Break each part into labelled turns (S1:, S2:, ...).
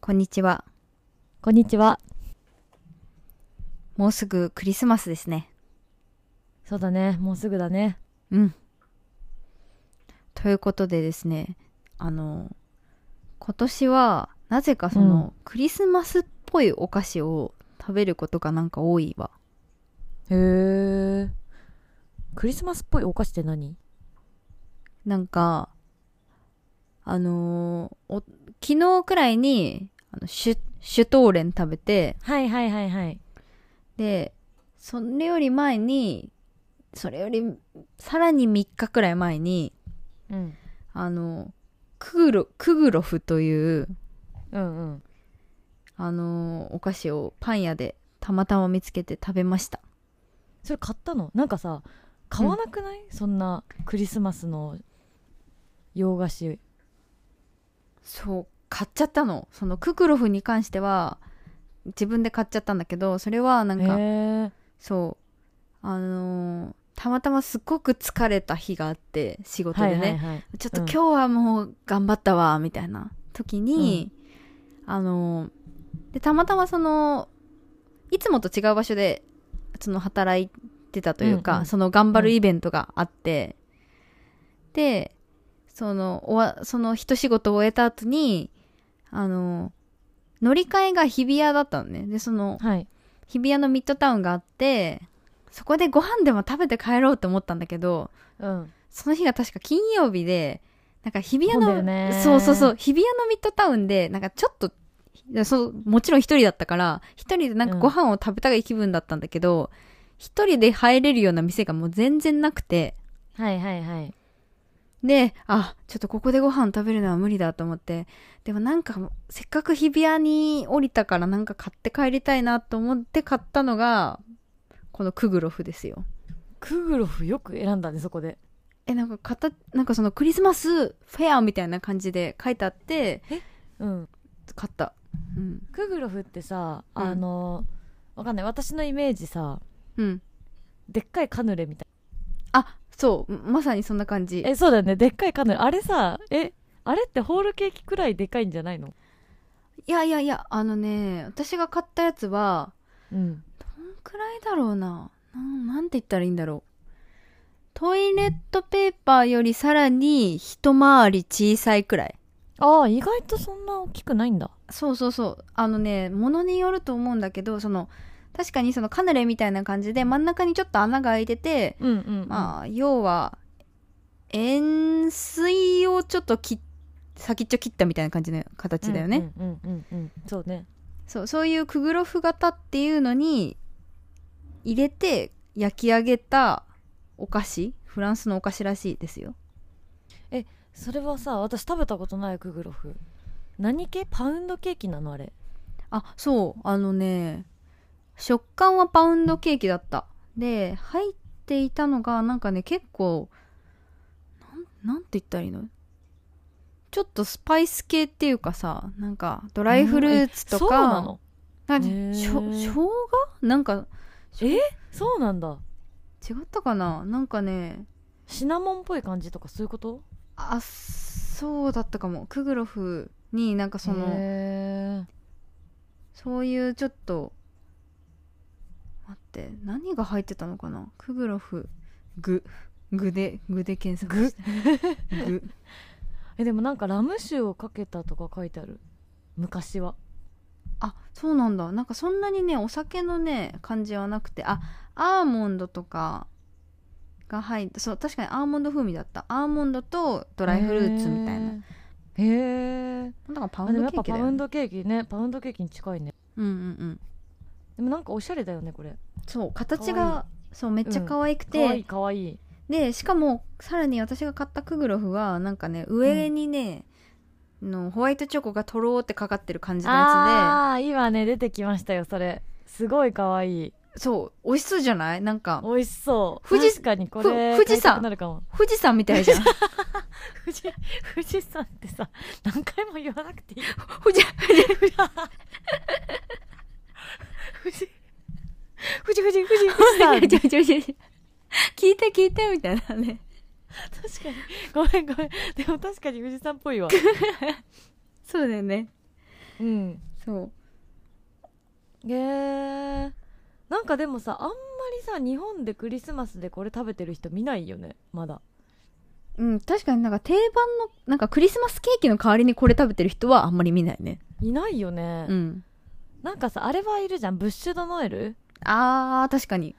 S1: こんにちは。
S2: こんにちは。
S1: もうすぐクリスマスですね。
S2: そうだね。もうすぐだね。
S1: うん。ということでですね、あの、今年は、なぜかその、クリスマスっぽいお菓子を食べることがなんか多いわ。
S2: へえ。クリスマスっぽいお菓子って何
S1: なんか、あのーお昨日くらいに、あのシュ、シュトーレン食べて、
S2: はいはいはいはい。
S1: で、それより前に、それより、さらに3日くらい前に、
S2: うん。
S1: あの、クグロ、クグロフという、
S2: うんうん。
S1: あの、お菓子をパン屋でたまたま見つけて食べました。
S2: それ買ったのなんかさ、買わなくない、そんなクリスマスの洋菓子。
S1: そう、買っちゃったの。そのクグロフに関しては、自分で買っちゃったんだけど、それはなんか、
S2: へえ。
S1: そう、あのーたまたますっごく疲れた日があって、仕事で
S2: は
S1: ね。
S2: いはいはい。
S1: ちょっと
S2: うん
S1: 今日はもう頑張ったわ、みたいな時に、あの、で、たまたまその、いつもと違う場所で、その働いてたというか、
S2: うんうん
S1: その頑張るイベントがあって、で、その、おわ、その一仕事を終えた後に、あの、乗り換えが日比谷だったのね。で、その、
S2: はい。
S1: 日比谷のミッドタウンがあって、そこでご飯でも食べて帰ろうと思ったんだけど、
S2: うん。
S1: その日が確か金曜日で、なんか日比谷
S2: 混ん
S1: の、
S2: でるね
S1: そうそうそう、日比谷のミッドタウンで、なんかちょっと、そう、もちろん一人だったから、一人でなんか
S2: うん
S1: ご飯を食べたい気分だったんだけど、一人で入れるような店がもう全然なくて、
S2: はいはいはい。
S1: で、あ、ちょっとここでご飯食べるのは無理だと思って、でもなんか、せっかく日比谷に降りたからなんか買って帰りたいなと思って買ったのが、このクグロフですよ。
S2: クグロフよく選んだね、そこで。
S1: え、なんか、かた、なんかそのクリスマスフェアみたいな感じで書いてあって、
S2: うん。
S1: 買ったうん
S2: クグロフってさ、
S1: うん
S2: あの、わかんない。私のイメージさ、
S1: うん
S2: でっかいカヌレみたい
S1: あそうままさにそんな感じ
S2: えそうだよねでっかいカヌレあれさえあれってホールケーキくらいでかいんじゃないの
S1: いやいやいやあのね私が買ったやつは
S2: うん
S1: どんくらいだろうななんなんて言ったらいいんだろうトイレットペーパーよりさらに一回り小さいくらい
S2: ああ意外とそんな大きくないんだ
S1: そうそうそうあのねものによると思うんだけどその確かにそのカヌレみたいな感じで真ん中にちょっと穴が開いてて
S2: うんうんあ
S1: まあ要は円錐をちょっと切っ先っちょ切ったみたいな感じの形だよね、
S2: うんうんうん、うん、そうね
S1: そうそういうクグロフ型っていうのに入れて焼き上げたお菓子フランスのお菓子らしいですよ
S2: それはさ私食べたことないクグロフ何系パウンドケーキなのあれ
S1: あそうあのね食感はパウンドケーキだったで入っていたのがなんかね結構なんなんて言ったらいいのちょっとスパイス系っていうかさなんかドライフルーツとか、
S2: そうなの
S1: なんか
S2: へー
S1: しょ生姜なんか
S2: そうなんだ
S1: 違ったかななんかね
S2: シナモンっぽい感じとかそういうこと
S1: あそうだったかもクグロフになんかその
S2: へ
S1: そういうちょっと待って何が入ってたのかなクグロフ具具で具で検索して具
S2: ーえでもなんかラム酒をかけたとか書いてある昔は
S1: あそうなんだなんかそんなにねお酒のね感じはなくてあアーモンドとかが入ってそう確かにアーモンド風味だったアーモンドとド
S2: ド
S1: ライフルーツみたいな
S2: へえ
S1: だからパ
S2: あ
S1: ウ
S2: で
S1: ン
S2: もや
S1: ド
S2: っ
S1: ケーキ
S2: ぱパ
S1: だ
S2: ウ
S1: よ、
S2: ン
S1: ね、
S2: ドケーキねパウンドケーキに近いね
S1: うんうんうん
S2: でもなんかおしゃれだよねこれ
S1: そう形がそうめっちゃ可愛く
S2: か
S1: て、
S2: わいいかわいい
S1: でしかもさらに私が買ったクグロフはなんかね上にね、のホワイトチョコがとろーってかかってる感じのや
S2: あー今ね出てきましたよそれすごいかわいい
S1: つでそう美味しそうじゃないなんか
S2: 美味しそう
S1: 富士
S2: 確かにこれ
S1: ふ富士山
S2: 買いたくなるかも
S1: 富士山みたいじゃん
S2: 富士富士山ってさ何回も言わなくていい
S1: 富 士
S2: 富士富士富士富士富士富士
S1: 山
S2: 山
S1: 聞いて聞いてみたいなね
S2: 確かに ごめんごめんでも確かに富士山っぽいわ
S1: そうだよね
S2: うん
S1: そう
S2: へえなんかでもさあんまりさ日本でクリスマスでこれ食べてる人見ないよねまだ
S1: うん、確かになんか定番の、なんかクリスマスケーキの代わりにこれ食べてる人はあんまり見ないね。
S2: いないよね、
S1: うん。
S2: なんかさあれはいるじゃんブッシュドノエル
S1: あー、確かに。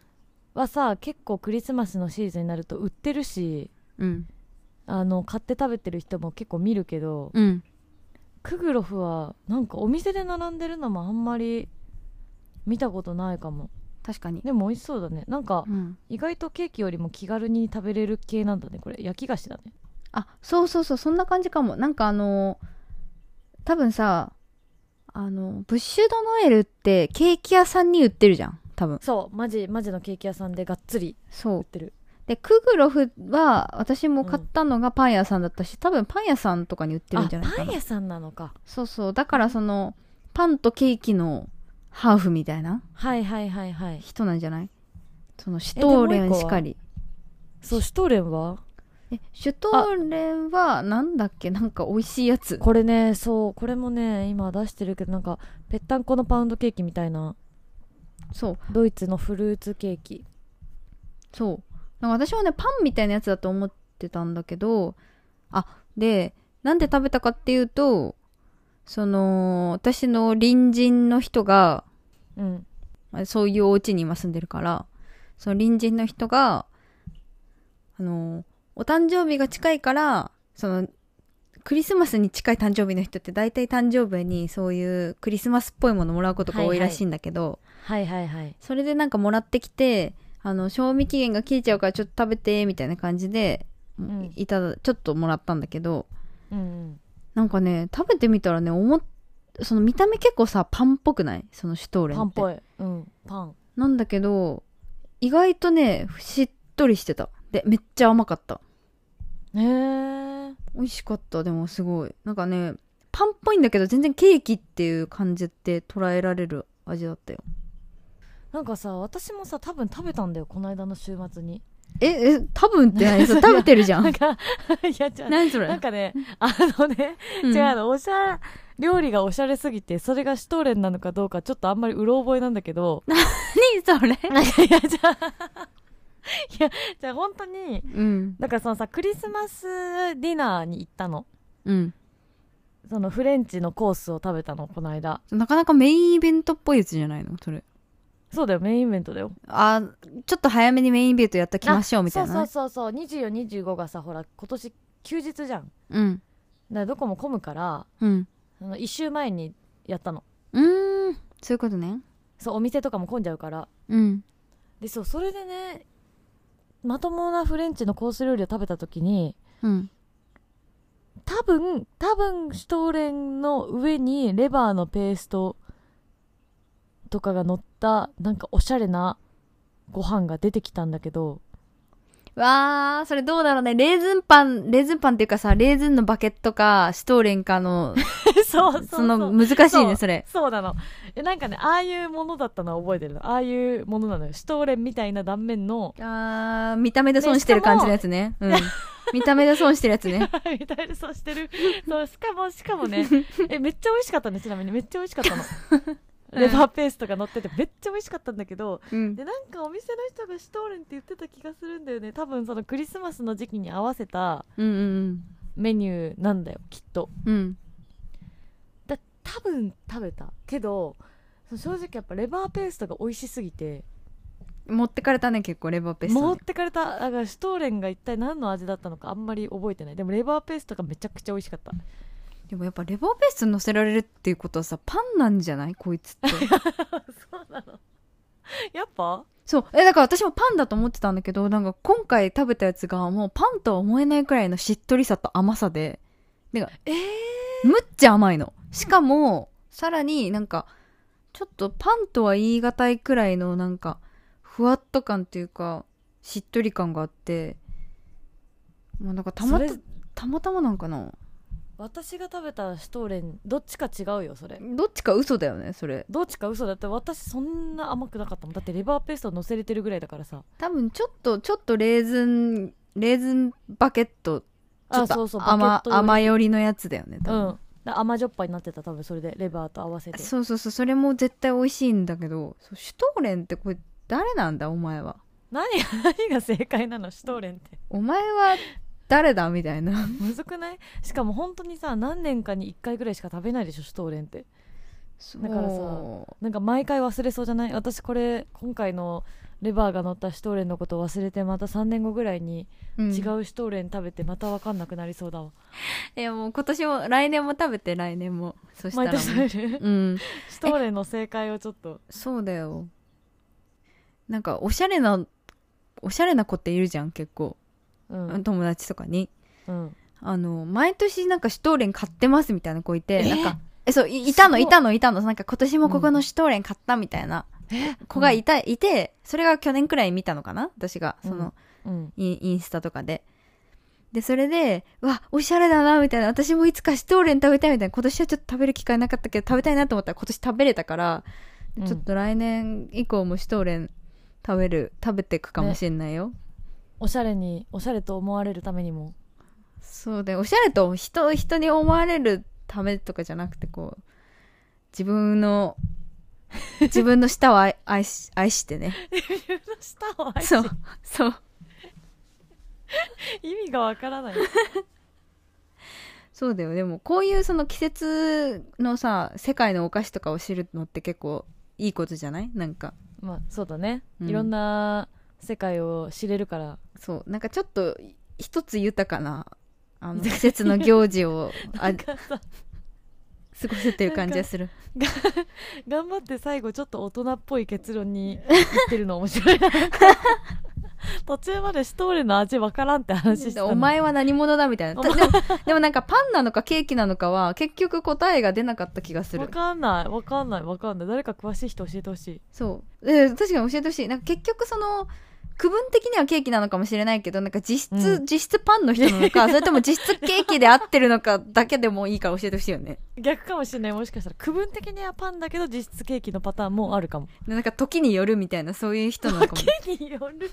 S2: はさ結構クリスマスのシーズンになると売ってるし
S1: うん。
S2: あの買って食べてる人も結構見るけど、
S1: うん。
S2: クグロフはなんかお店で並んでるのもあんまり見たことないかも
S1: 確かに。
S2: でも美味しそうだねなんか
S1: うん。
S2: 意外とケーキよりも気軽に食べれる系なんだねこれ焼き菓子だね
S1: あ、そうそうそう、そんな感じかも。なんかあのー多分さ、あの、ブッシュドノエルってケーキ屋さんに売ってるじゃん。多分。
S2: そうマジマジのケーキ屋さんでがっつり
S1: そ
S2: 売っ
S1: う。
S2: てる
S1: で、クグロフは、私も買ったのがパン屋さんだったし、多分パン屋さんとかに売ってるん
S2: あ
S1: じゃないか
S2: パ
S1: な。
S2: ン屋さんなのか
S1: そうそう。だからその、パンとケーキのハーフみたいな。
S2: はいはいはいはい
S1: 人なんじゃないそのシュ
S2: え
S1: トーレンしかり
S2: そうシュトーレンは
S1: えシュトーレンはなんだっけなんか美味しいやつ
S2: これねそうこれもね今出してるけどなんかぺったんこのパウンドケーキみたいな
S1: そう
S2: ドイツのフルーツケーキ
S1: そうなんか私はねパンみたいなやつだと思ってたんだけどあでなんで食べたかっていうとその私の隣人の人が
S2: うん
S1: あそういうお家に今住んでるからその隣人の人があのお誕生日が近いからそのクリスマスに近い誕生日の人って大体誕生日にそういうクリスマスっぽいものもらうことが多いらしいんだけど、
S2: はいはいはい
S1: それでなんかもらってきてあの賞味期限が切れちゃうからちょっと食べてみたいな感じで、
S2: ん
S1: いただちょっともらったんだけど
S2: うんうん
S1: なんかね食べてみたらね思っその見た目結構さパンっぽくないそのシュトーレン
S2: パン
S1: っ
S2: ってぽいうんパン
S1: なんだけど、意外とね、しっとりしてた。で、めっちゃ甘かった。
S2: へえ
S1: 美味しかった、でもすごい。なんかね、パンっぽいんだけど、全然ケーキっていう感じって捉えられる味だったよ。
S2: なんかさ私もさ多分食べたんだよこの間の週末に
S1: え、え、多分って何それ食べてるじゃ
S2: なん
S1: ん。
S2: か いやじゃあ
S1: 何それ
S2: なんかねあのね、
S1: ん
S2: 違うのおしゃ料理がおしゃれすぎてそれがシュトーレンなのかどうかちょっとあんまりうろ覚えなんだけど
S1: 何それ
S2: なん かいやじゃあいやじゃあ本当に
S1: うん。
S2: だからそのさクリスマスディナーに行ったの
S1: うん。
S2: そのフレンチのコースを食べたのこの間
S1: なかなかメインイベントっぽいやつじゃないのそれ。
S2: そうだよメインイベントだよ
S1: あ、ちょっと早めにメインイベントやっときましょうみたいな。
S2: そうそうそうそう2425がさほら今年休日じゃんだか
S1: うん。
S2: らどこも混むから
S1: うん。
S2: あの1週前にやったの
S1: うーん。そういうことね。
S2: そうお店とかも混んじゃうから
S1: うん。
S2: でそうそれでねまともなフレンチのコース料理を食べた時に
S1: うん。
S2: 多分多分シュトーレンの上にレバーのペーストとかが乗ったなんかおしゃれなご飯が出てきたんだけど
S1: わー、それどうだろうね。レーズンパン、レーズンパンっていうかさ、レーズンのバケットか、シュトーレンか の、
S2: そうそうそう
S1: その難しいね、それ。
S2: そうなのえなんかねああいうものだったのは覚えてるのああいうものなのよシュトーレンみたいな断面の
S1: あー、見た目で損してる感じのやつね。うん。見た目で損してるやつね。
S2: みたいなそうしてるそうしかもしかもねえめっちゃ美味しかったねちなみにめっちゃ美味しかったの
S1: うん
S2: レバーペーストが乗っててめっちゃ美味しかったんだけど
S1: うん。
S2: でなんかお店の人がシュトーレンって言ってた気がするんだよね多分そのクリスマスの時期に合わせた
S1: うんうん
S2: メニューなんだよきっと
S1: うん。うん。
S2: だ多分食べたけどその正直やっぱレバーペーストが美味しすぎて
S1: 持ってかれたね、結構、レバーペース
S2: 持
S1: ト
S2: っ
S1: ね。
S2: てかれただからシュトーレンが一体何の味だったのかあんまり覚えてないでもレバーペーストがめちゃくちゃ美味しかった
S1: でもやっぱレバーペースト乗せられるっていうことはさ、パンなんじゃないこいつって。
S2: そうなの やっぱ
S1: そう。え、だから私もパンだと思ってたんだけど、なんか今回食べたやつがもうパンとは思えないくらいのしっとりさと甘さで、なんか、
S2: えー
S1: むっちゃ甘いの。しかも、さらになんか、ちょっとパンとは言い難いくらいのなんか、ふわっと感っていうか、しっとり感があって、まあなんかたまた
S2: それ、
S1: たまたまなんかな。
S2: 私が食べたシュトーレンどっちか違うよそれ
S1: どっちか嘘だよね、それ。
S2: どっちか嘘だって私そんな甘くなかったもんだってレバーペースト乗せれてるぐらいだからさ
S1: 多分ちょっと、ちょっとレーズン、レーズンバケット、ちょっ
S2: あそうそう
S1: と甘
S2: バケットより
S1: 甘寄りのやつだよね、多
S2: う
S1: 分
S2: んだ甘じょっぱになってた多分それでレバーと合わせて
S1: そうそうそうそれも絶対美味しいんだけどそうシュトーレンってこれ誰なんだお前は
S2: 何 何が正解なのシュトーレンって
S1: お前は誰だみたいな
S2: むずくないしかも本当にさ何年かに1回ぐらいしか食べないでしょシュトーレンって だからさ
S1: そう
S2: なんか毎回忘れそうじゃない私これ今回のレバーが乗ったシュトーレンのことを忘れてまた3年後ぐらいに
S1: うん、
S2: 違うシュトーレン食べてまた分かんなくなりそうだわ、
S1: いやもう今年も来年も食べて来年もそした
S2: 毎
S1: らもう
S2: 年食べるシュ
S1: うん
S2: トーレンの正解をちょっと
S1: そうだよなんかおしゃれなおしゃれな子っているじゃん結構、
S2: うん
S1: 友達とかに
S2: うん
S1: あの毎年なんかシュトーレン買ってますみたいな子いて
S2: え
S1: なんかえそういいたの
S2: すごい
S1: いたのいたのなんか今年もここのシュトーレン買ったみたいな
S2: え
S1: 子がいた、いてそれが去年くらい見たのかな私がその、
S2: うん
S1: インインスタとかで。で、それで、うわ、おしゃれだな、みたいな。私もいつかシュトーレン食べたいみたいな。今年はちょっと食べる機会なかったけど、食べたいなと思ったら今年食べれたから、
S2: うん
S1: ちょっと来年以降もシュトーレン食べる、食べてくかもしれないよ。
S2: おしゃれにおしゃれと思われるために も
S1: そうで、おしゃれと人、人に思われるためとかじゃなくて、こう、自分 の、自分の舌を愛愛し、愛してね。
S2: 舌を愛
S1: そう、そう。
S2: 意味がわからない
S1: そうだよでもこういうその季節のさ世界のお菓子とかを知るのって結構いいことじゃないなんか
S2: まあそうだね、
S1: うん
S2: いろんな世界を知れるから
S1: そうなんかちょっと一つ豊かなあ の季節の行事をあ
S2: なん
S1: 過
S2: か さ
S1: ごせてる感じがする
S2: 頑張って最後ちょっと大人っぽい結論に 言ってるの面白いな途中までシュトーレンの味わからんって話してたの
S1: お前は何者だみたいな
S2: お
S1: で
S2: 前
S1: もでもなんかパンなのかケーキなのかは結局答えが出なかった気がす
S2: わ
S1: る
S2: かんないわかんないわかんない誰か詳しい人教えてほしい
S1: そうえー確かに教えてほしいなんか結局その区分的にはケーキなのかもしれないけどなんか実質、
S2: うん
S1: 実質パンの人なのか それとも実質ケーキで合ってるのかだけでもいいから教えてほしいよね
S2: 逆かもしれないもしかしたら区分的にはパンだけど実質ケーキのパターンもあるかも
S1: でなんか時によるみたいなそういう人なの か
S2: ケーキによる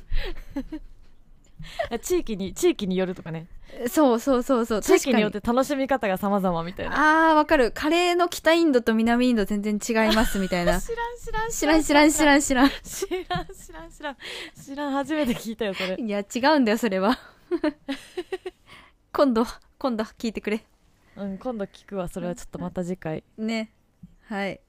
S2: あ地域に地域によるとかね
S1: もそうそうそうそう
S2: 地
S1: 確
S2: 域
S1: か
S2: に
S1: に
S2: よって楽しみ方が様々みたいな
S1: あーわかるカレーの北インドと南インド全然違いますみたいな
S2: 知らん知ら ん
S1: 知らん知らん知ら
S2: ん
S1: ん知らん
S2: 知らん知らん知らん知らん初めて聞いたよそれ
S1: いや違うんだよそれは 今度今度聞いてくれ
S2: うん今度聞くわそれはちょっとまた次回
S1: ねはい